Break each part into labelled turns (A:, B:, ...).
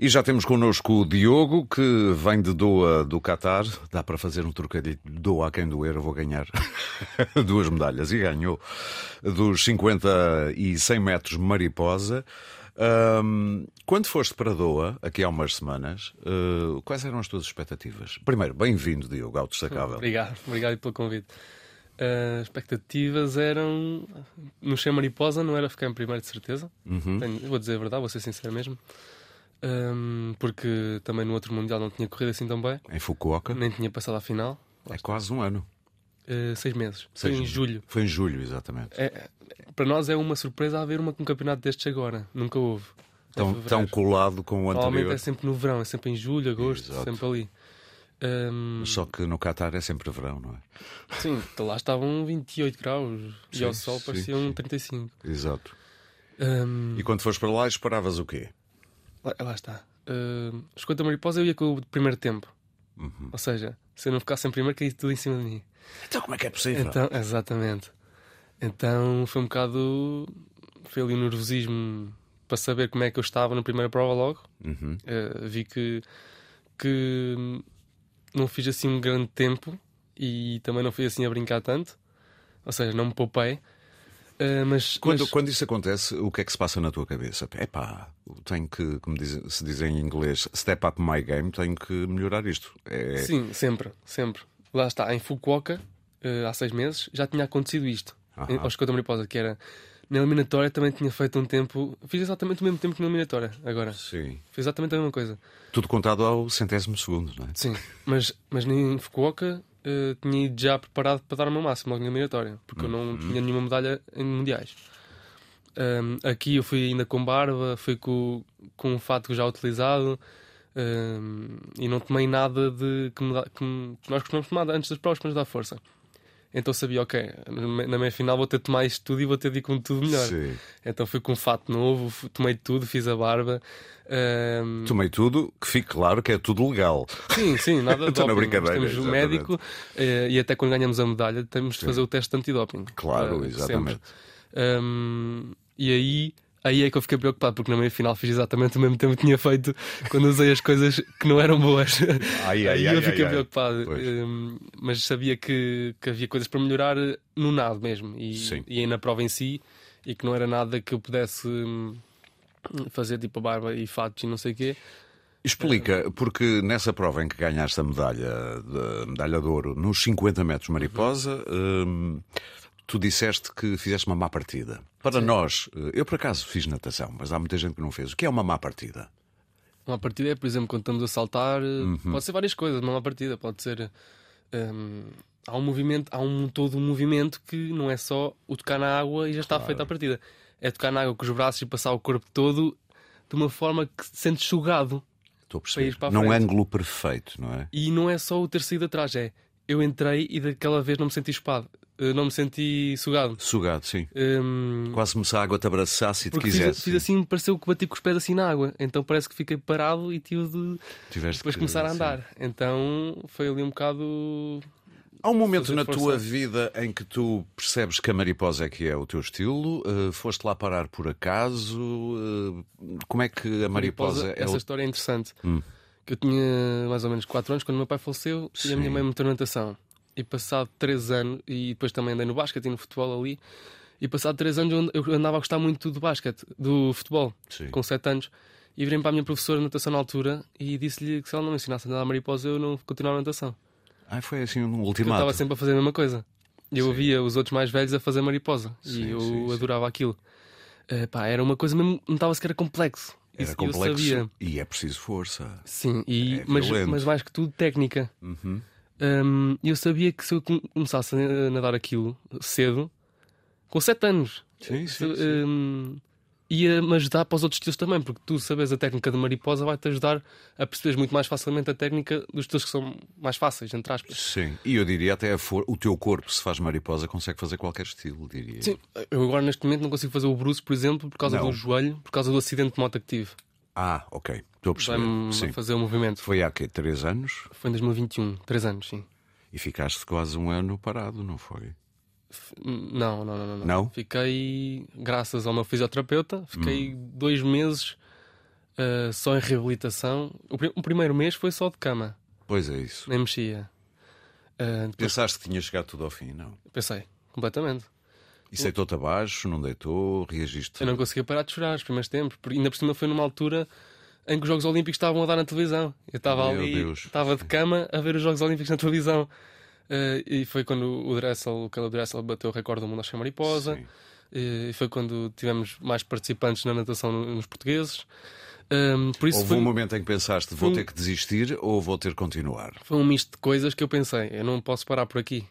A: E já temos connosco o Diogo, que vem de Doha do Qatar. Dá para fazer um trocadilho. Doa a quem doer, eu vou ganhar duas medalhas. E ganhou dos 50 e 100 metros mariposa. Ahm, quando foste para Doa, aqui há umas semanas, eh, quais eram as tuas expectativas? Primeiro, bem-vindo, Diogo, ao destacável.
B: Obrigado, obrigado pelo convite. Ah, expectativas eram. No Cheio Mariposa não era ficar em primeiro, de certeza.
A: Uhum.
B: Tenho- vou dizer a verdade, vou ser sincero mesmo. Ahm, porque também no outro Mundial não tinha corrido assim tão bem,
A: Em Fukuoka,
B: nem tinha passado à final.
A: é quase um ano.
B: Ah, seis meses.
A: Seis
B: Foi em
A: meses.
B: julho.
A: Foi em julho, exatamente.
B: É- é- para nós é uma surpresa haver uma, um campeonato destes agora. Nunca houve. Em
A: Tão,
B: É fevereiro.
A: tão colado com o
B: Normalmente
A: anterior.
B: é sempre no verão, é sempre em julho, agosto,
A: Exato.
B: sempre ali. Ahm,
A: Só que no Qatar é sempre verão, não é?
B: Sim, lá estavam 28 graus e ao
A: Sim,
B: sol um
A: sim,
B: pareciam
A: sim.
B: 35.
A: Exato.
B: Ahm,
A: E quando foste para lá, esperavas o quê?
B: lá, lá está. Ahm, os 50 mariposa eu ia com o primeiro tempo. Ou seja, se eu não ficasse em primeiro, caía tudo em cima de mim.
A: Uhum. Então, como é que é possível?
B: Então, exatamente. Então foi um bocado. Foi ali um nervosismo para saber como é que eu estava na primeira prova logo.
A: Uhum.
B: Eh, vi que, que hum, não fiz assim um grande tempo e também não fui assim a brincar tanto, ou seja, não me poupei. Eh, mas,
A: Quando,
B: mas-
A: quando isso acontece, o que é que se passa na tua cabeça? Epá, tenho que, como dizem- se diz em inglês, step up my game, tenho que melhorar isto. É,
B: Sim, sempre, sempre. Lá está, em Fukuoka, eh, há seis meses, já tinha acontecido isto.
A: Aham.
B: Em- Aos 50 mariposa, que era na eliminatória também tinha feito um tempo. Fiz exatamente o mesmo tempo que na eliminatória, agora.
A: sim.
B: Fiz exatamente a mesma coisa.
A: Tudo contado ao centésimo segundo, não é?
B: Sim, mas, mas em Fukuoka eh, tinha ido já preparado para dar o meu máximo logo na eliminatória, porque eu não tinha nenhuma medalha em mundiais. Ahm, aqui eu fui ainda com barba, fui com, com um fato já utilizado ahm, e não tomei nada de que, me dá- que me- que nós costumamos tomar antes das provas para nos dar força. Então sabia, ok, na na meia final vou ter de tomar isto tudo e vou ter de ir com tudo melhor.
A: Sim.
B: Então fui com um fato novo, fu- tomei tudo, fiz a barba. ahm,
A: Tomei tudo, que fique claro que é tudo legal.
B: Sim, sim, nada de
A: Estou Então, na
B: doping, mas
A: brincadeira,
B: Temos o
A: exatamente.
B: médico eh, e até quando ganhamos a medalha temos de fazer o teste de antidoping.
A: Claro,
B: Eh,
A: exatamente.
B: sempre. Ahm, e aí, aí é que eu fiquei preocupado, porque na meia final fiz exatamente o mesmo tempo que tinha feito quando usei as coisas que não eram boas.
A: Ai, ai,
B: aí
A: ai,
B: eu fiquei
A: ai, ai.
B: preocupado.
A: Pois.
B: Ahm, mas sabia que, que havia coisas para melhorar eh, no nado mesmo e,
A: Sim.
B: e aí na prova em si, e que não era nada que eu pudesse. hum, Fazer tipo barba e fatos e não sei o quê.
A: Explica, porque nessa prova em que ganhaste a medalha de, a medalha de ouro nos 50 metros mariposa, hum, tu disseste que fizeste uma má partida. Para nós, eh, eu por acaso fiz natação, mas há muita gente que não fez. O que é uma má partida?
B: Uma partida é, por exemplo, quando estamos a saltar, eh,
A: Uhum.
B: pode ser várias coisas, uma má partida pode ser. eh, hum, há um movimento, há um todo um movimento que não é só o tocar na água e já está feita a partida. É tocar na água com os braços e passar o corpo todo de uma forma que se sente sugado.
A: Estou a
B: Para
A: perceber.
B: ir para a
A: Num
B: frente.
A: ângulo perfeito, não é?
B: E não é só o ter saído atrás, é eu entrei e daquela vez não me senti espado, eh, não me senti sugado.
A: Sugado, sim.
B: Hum,
A: Quase como se a água te abraçasse e te
B: porque fiz,
A: quisesse.
B: fiz assim, pareceu que bati com os pés assim na água. Então parece que fiquei parado e tive de
A: Tiveste
B: depois
A: que-
B: começar a
A: sim.
B: andar. Então foi ali um bocado
A: Há um momento
B: fazer
A: na
B: força.
A: tua vida em que tu percebes que a mariposa é que é o teu estilo, eh, foste lá parar por acaso, eh, como é que a mariposa, é
B: essa
A: o
B: história é interessante.
A: Hum.
B: Que eu tinha mais ou menos 4 anos quando o meu pai faleceu e a minha mãe me meteu na natação. E passado 3 anos, e depois também andei no basquete e no futebol ali. E passado 3 anos eu and- eu andava a gostar muito do basquete, do futebol,
A: Sim.
B: com 7 anos. E virei para a minha professora de natação na altura e disse-lhe que se ela não me ensinasse a nadar mariposa eu não continuava a natação.
A: Ah, foi assim um
B: Porque eu
A: ultimato.
B: estava sempre a fazer a mesma coisa. Eu ouvia os outros mais velhos a fazer mariposa
A: Sim,
B: e eu
A: sim, sim.
B: adorava aquilo. Eh, pá, era uma coisa mesmo, não estava sequer complexo.
A: Era
B: Isso eu
A: complexo
B: sabia.
A: e é preciso força.
B: Sim, e,
A: É
B: mas,
A: violento. Uhum.
B: mas mais que tudo técnica. Hum, eu sabia que se eu com- começasse a nadar aquilo cedo, com 7 anos,
A: Sim,
B: se- hum, ia-me ajudar para os outros estilos também, porque tu sabes a técnica de mariposa vai-te ajudar a perceberes muito mais facilmente a técnica dos estilos que são mais fáceis, entre aspas.
A: Sim, e eu diria até a for... o teu corpo, se faz mariposa, consegue fazer qualquer estilo, diria.
B: Sim, eu agora neste momento não consigo fazer o bruxo, por exemplo, por causa
A: Não.
B: do joelho, por causa do acidente de moto que tive.
A: Ah, ok, estou a perceber. Sim.
B: Vai-me fazer o movimento.
A: Foi há quê? Três anos
B: Foi em 2021, 3 um, anos, sim.
A: e ficaste quase um ano parado, não foi?
B: Não, não, não, não, não.
A: Não? Hum.
B: Fiquei, graças ao meu fisioterapeuta, fiquei dois meses ah, eh, só em reabilitação. O, pri- o primeiro mês foi só de cama,
A: Pois é isso.
B: nem mexia. Eh, depois
A: Pensaste que tinha chegado tudo ao fim, não?
B: pensei, completamente.
A: E deitou-te abaixo, não deitou, reagiste.
B: Eu não conseguia parar de chorar os primeiros tempos, porque ainda por cima foi numa altura em que os Jogos Olímpicos estavam a dar na televisão. Eu estava
A: Meu
B: ali,
A: Deus.
B: estava de cama a ver os Jogos Olímpicos na televisão. Eh, e foi quando o Dressel, o Caleb Dressel bateu o recorde do mundo sem mariposa.
A: Sim.
B: Eh, E foi quando tivemos mais participantes na natação no- nos portugueses. Ehm, por isso
A: Houve
B: foi,
A: um momento em que pensaste, vou
B: Foi um-
A: ter que desistir ou vou ter que continuar?
B: foi um misto de coisas que eu pensei, eu não posso parar por aqui.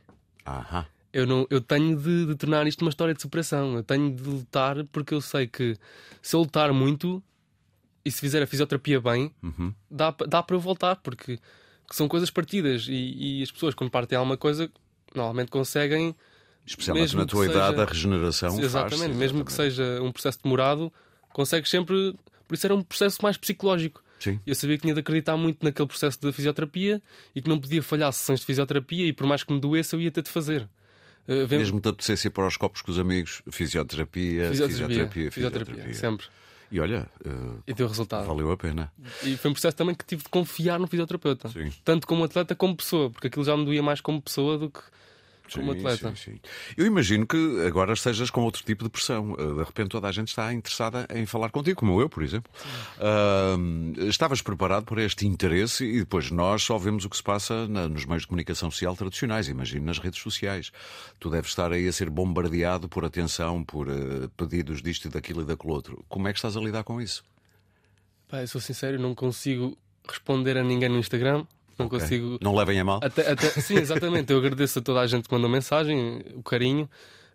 A: Aham.
B: Eu, não, eu tenho de, de tornar isto uma história de superação. Eu tenho de lutar porque eu sei que se eu lutar muito e se fizer a fisioterapia bem,
A: Uhum.
B: dá, pa- dá para eu voltar, porque que são coisas partidas e, e as pessoas, quando partem alguma coisa, normalmente conseguem.
A: Especialmente
B: Mesmo
A: na tua
B: que
A: idade,
B: seja-
A: a regeneração
B: exatamente,
A: faz-se,
B: mesmo que seja um processo demorado, consegues sempre. Por isso era um processo mais psicológico.
A: Sim.
B: Eu sabia que tinha de acreditar muito naquele processo da fisioterapia e que não podia falhar sessões de fisioterapia e por mais que me doesse, eu ia ter de fazer. Uh, vem-
A: Mesmo te apetecesse ir para os copos com os amigos, fisioterapia, fisioterapia, fisioterapia.
B: sempre.
A: E olha, eh,
B: E deu resultado.
A: valeu a pena.
B: E foi um processo também que tive de confiar no fisioterapeuta.
A: Sim.
B: Tanto como atleta como pessoa, porque aquilo já me doía mais como pessoa do que como atleta.
A: sim, sim. Eu imagino que agora estejas com outro tipo de pressão. Eh, De repente toda a gente está interessada em falar contigo, como eu, por exemplo. Ahm, estavas preparado para este interesse e depois nós só vemos o que se passa na- nos meios de comunicação social tradicionais, imagino nas redes sociais. Tu deves estar aí a ser bombardeado por atenção, por eh, pedidos disto e daquilo e daquele outro. Como é que estás a lidar com isso?
B: Pá, eu sou sincero, não consigo responder a ninguém no Instagram. Não
A: Ok?
B: consigo.
A: Não levem a mal?
B: Até, até- Sim, exatamente. Eu agradeço a toda a gente que mandou mensagem, o carinho.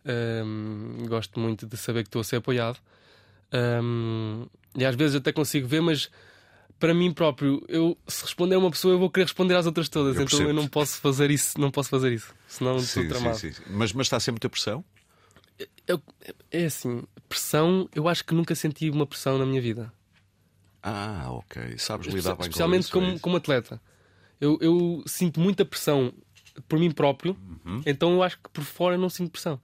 B: Ahm, gosto muito de saber que estou a ser apoiado. Ahm, e às vezes até consigo ver, mas para mim próprio, eu se responder a uma pessoa, eu vou querer responder às outras todas.
A: Eu
B: então eu
A: percebo-te.
B: não posso fazer isso, não posso fazer isso. Senão
A: Sim,
B: estou
A: sim,
B: tramado.
A: sim, sim. Mas, mas está sempre muita pressão?
B: Eu- é assim, pressão, eu acho que nunca senti uma pressão na minha vida.
A: Ah, ok. Sabes
B: Espe-
A: lidar bem
B: especialmente
A: com isso. é
B: como,
A: isso?
B: como atleta. Eu, eu sinto muita pressão por mim próprio,
A: Uhum.
B: então eu acho que por fora eu não sinto pressão.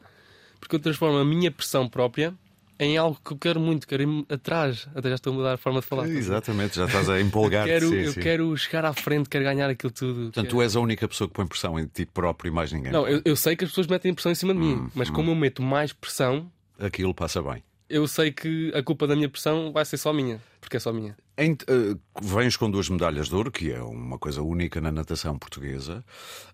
B: Porque eu transformo a minha pressão própria em algo que eu quero muito, quero ir atrás. Até já estou a mudar a forma de falar.
A: É Exatamente, já estás a empolgar-te.
B: Quero,
A: sim,
B: eu
A: sim.
B: quero chegar à frente, quero ganhar aquilo tudo.
A: Portanto,
B: quero-
A: tu és a única pessoa que põe pressão em ti próprio e mais ninguém.
B: Não, eu, eu sei que as pessoas metem pressão em cima de mim,
A: Uhum.
B: mas como eu meto mais pressão,
A: Aquilo passa bem.
B: eu sei que a culpa da minha pressão vai ser só minha, porque é só minha.
A: Em- eh, vens com duas medalhas de ouro, que é uma coisa única na natação portuguesa.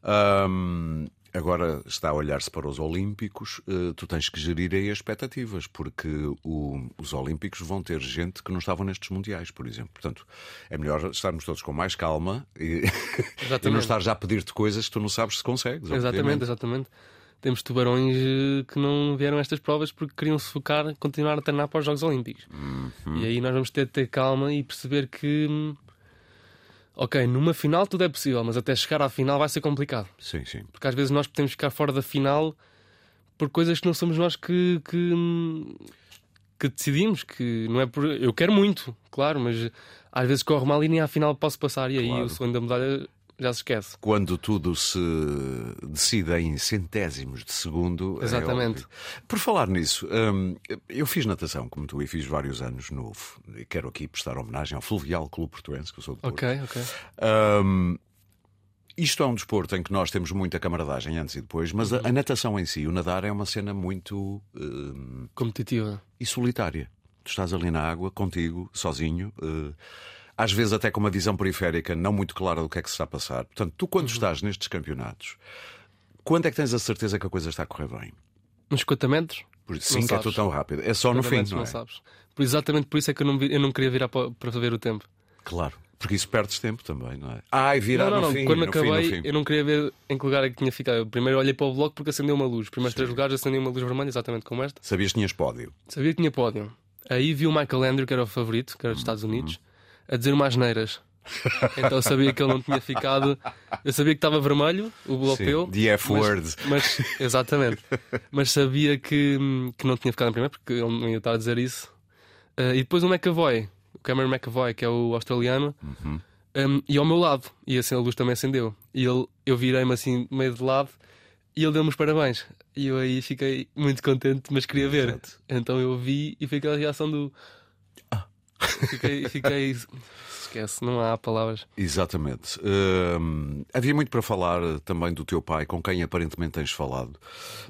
A: Ahm, agora está a olhar-se para os Olímpicos. Eh, tu tens que gerir aí as expectativas, porque o- os Olímpicos vão ter gente que não estavam nestes Mundiais, por exemplo. Portanto, é melhor estarmos todos com mais calma e, e não
B: Exatamente.
A: estar já a pedir-te coisas que tu não sabes se consegues.
B: Exatamente,
A: obviamente.
B: exatamente. Temos tubarões eh, que não vieram a estas provas porque queriam se focar, continuar a treinar para os Jogos Olímpicos.
A: Uhum.
B: E aí nós vamos ter de ter calma e perceber que, hum, ok, numa final tudo é possível, mas até chegar à final vai ser complicado.
A: Sim, sim.
B: Porque às vezes nós podemos ficar fora da final por coisas que não somos nós que, que, hum, que decidimos. que não é por Eu quero muito, claro, mas às vezes corre mal e nem à final posso passar. E aí
A: Claro.
B: o segundo da medalha já se esquece.
A: quando tudo se decide em centésimos de segundo. é
B: Exatamente.
A: óbvio. Por falar nisso, hum, eu fiz natação, como tu, e fiz vários anos no. e Quero aqui prestar homenagem ao Fluvial Clube Portuense, que eu sou de Porto.
B: Ok, ok.
A: Hum, isto é um desporto em que nós temos muita camaradagem antes e depois, mas a, a natação em si, o nadar, é uma cena muito. hum,
B: Competitiva.
A: e solitária. Tu estás ali na água, contigo, sozinho, eh, às vezes até com uma visão periférica não muito clara do que é que se está a passar. Portanto, tu,
B: Uhum.
A: quando estás nestes campeonatos, quando é que tens a certeza que a coisa está a correr bem?
B: Nos 50 metros?
A: Por isso,
B: Não
A: sim, que é
B: sabes.
A: tudo tão rápido. É só no
B: 50
A: fim,
B: metros
A: não é?
B: sabes. Por, exatamente por isso é que eu não, vi- eu não queria virar para, para ver o tempo.
A: Claro. Porque isso perdes tempo também, não é? Ai, virar
B: não, não,
A: no
B: não.
A: fim,
B: Quando
A: no fim, no
B: acabei,
A: fim.
B: eu não queria ver em que lugar é que tinha ficado. Eu primeiro olhei para o bloco porque acendeu uma luz. Os primeiros três lugares acendeu uma luz vermelha, exatamente como esta.
A: Sabias que tinhas pódio.
B: Sabia que tinha pódio. Aí vi o Michael Andrew, que era o favorito, que era dos Estados Unidos, a dizer umas neiras. Então eu sabia que ele não tinha ficado. Eu sabia que estava vermelho, o bloco
A: Sim,
B: dele.
A: the F
B: mas-
A: word.
B: Mas, exatamente. Mas sabia que, que não tinha ficado em primeiro, porque ele não ia estar a dizer isso. Ah, e depois o McAvoy, o Cameron McAvoy, que é o australiano, um, e ao meu lado. E assim a luz também acendeu. E ele, eu virei-me assim, meio de lado, e ele deu-me os parabéns. E eu aí fiquei muito contente, mas queria ver.
A: Exato.
B: Então eu vi e foi aquela reação do. Fiquei, fiquei. Esquece, não há palavras.
A: Exatamente. Hum, havia muito para falar eh, também do teu pai, com quem aparentemente tens falado,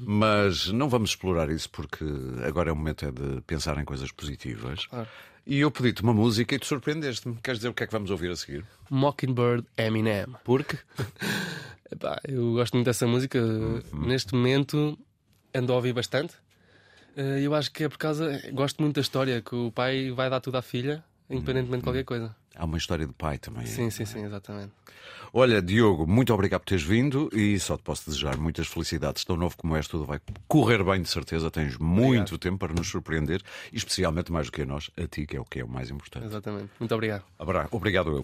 A: mas não vamos explorar isso porque agora é o momento é de pensar em coisas positivas.
B: Claro.
A: E eu pedi-te uma música e tu surpreendeste-me. Queres dizer o que é que vamos ouvir a seguir?
B: Mockingbird Eminem.
A: Porque
B: Epá, eu gosto muito dessa música. Neste momento ando a ouvir bastante. Eh, Eu acho que é por causa. Gosto muito da história que o pai vai dar tudo à filha, independentemente de qualquer coisa.
A: há uma história de pai também. é.
B: Sim, sim, sim, exatamente.
A: Olha, Diogo, muito obrigado por teres vindo e só te posso desejar muitas felicidades. Tão novo como és, tudo vai correr bem, de certeza. Tens muito tempo para nos surpreender e, especialmente, mais do que a nós, a ti, que é o que é o mais importante.
B: Exatamente. Muito obrigado.
A: Abra- Obrigado, eu.